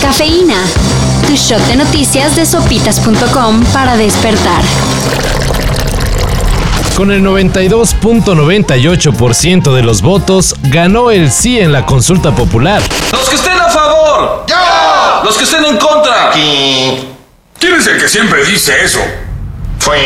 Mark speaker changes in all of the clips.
Speaker 1: Cafeína. Tu shot de noticias de sopitas.com para despertar.
Speaker 2: Con el 92.98% de los votos, ganó el sí en la consulta popular.
Speaker 3: Los que estén a favor. Los que estén en contra.
Speaker 4: Aquí.
Speaker 5: ¿Quién es el que siempre dice eso?
Speaker 4: Fue.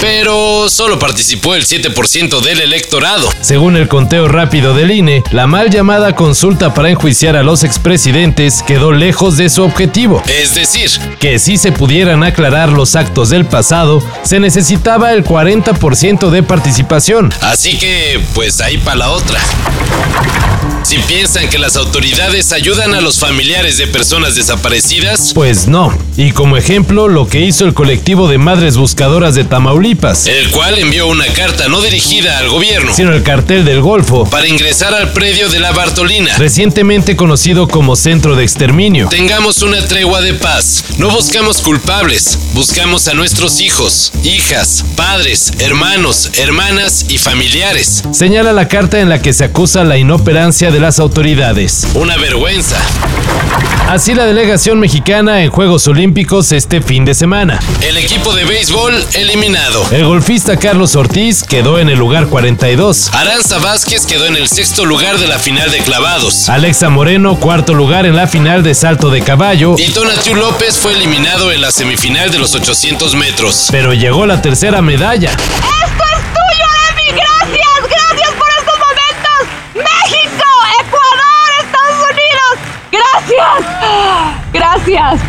Speaker 2: Pero solo participó el 7% del electorado. Según el conteo rápido del INE, la mal llamada consulta para enjuiciar a los expresidentes quedó lejos de su objetivo. Es decir, que si se pudieran aclarar los actos del pasado, se necesitaba el 40% de participación. Así que, pues ahí para la otra. Si piensan que las autoridades ayudan a los familiares de personas desaparecidas, pues no. Y como ejemplo, lo que hizo el colectivo de madres buscadoras de Tamaulipas, el cual envió una carta no dirigida al gobierno, sino al cartel del Golfo, para ingresar al predio de la Bartolina, recientemente conocido como centro de exterminio. Tengamos una tregua de paz. No buscamos culpables, buscamos a nuestros hijos, hijas, padres, hermanos, hermanas y familiares. Señala la carta en la que se acusa la inoperancia de las autoridades. Una vergüenza. Así la delegación mexicana en Juegos Olímpicos este fin de semana. El equipo de béisbol eliminado. El golfista Carlos Ortiz quedó en el lugar 42. Aranza Vázquez quedó en el sexto lugar de la final de clavados. Alexa Moreno cuarto lugar en la final de salto de caballo. Y Tonatiu López fue eliminado en la semifinal de los 800 metros. Pero llegó la tercera medalla.
Speaker 6: ¡Esto es tuyo, Emi! ¡Gracias! ¡Gracias por estos momentos! ¡México! ¡Ecuador! ¡Estados Unidos! ¡Gracias! ¡Gracias!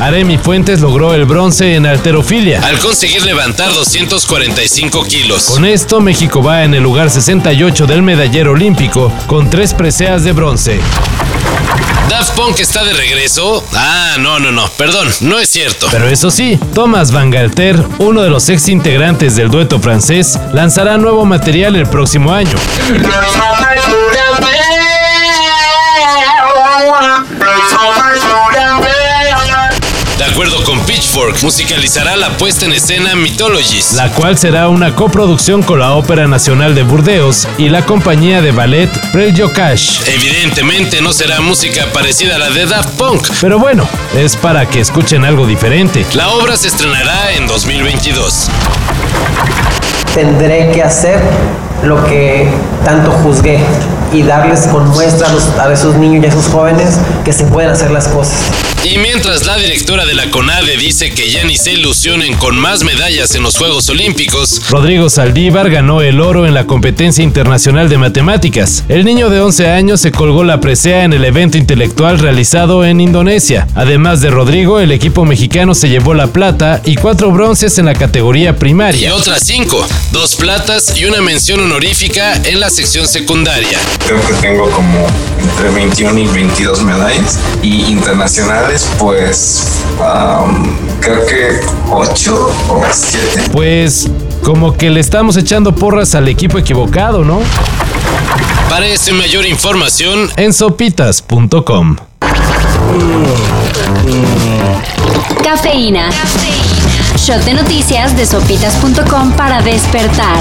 Speaker 2: Aremi Fuentes logró el bronce en alterofilia al conseguir levantar 245 kilos. Con esto, México va en el lugar 68 del medallero olímpico con tres preseas de bronce. Daft Punk está de regreso. Ah, no, no, no, perdón, no es cierto. Pero eso sí, Thomas Van Galter, uno de los ex integrantes del dueto francés, lanzará nuevo material el próximo año. De acuerdo con Pitchfork, musicalizará la puesta en escena Mythologies, la cual será una coproducción con la Ópera Nacional de Burdeos y la compañía de ballet Prelio Cash. Evidentemente no será música parecida a la de Daft Punk, pero bueno, es para que escuchen algo diferente. La obra se estrenará en 2022.
Speaker 7: tendré que hacer lo que tanto juzgué y darles con muestra a, los- a esos niños y a esos jóvenes que se pueden hacer las cosas.
Speaker 2: Y mientras la directora de la CONADE dice que ya ni se ilusionen con más medallas en los Juegos Olímpicos, Rodrigo Saldívar ganó el oro en la competencia internacional de matemáticas. El niño de 11 años se colgó la presea en el evento intelectual realizado en Indonesia. Además de Rodrigo, el equipo mexicano se llevó la plata y cuatro bronces en la categoría primaria. Y otras cinco, dos platas y una mención honorífica en la sección secundaria.
Speaker 8: Creo que tengo como entre 21 y 22 medallas. Y internacionales, pues am, creo que 8 o 7.
Speaker 2: Pues como que le estamos echando porras al equipo equivocado, ¿no? Para esa mayor información en sopitas.com.
Speaker 1: Cafeína. Shot de noticias de sopitas.com para despertar.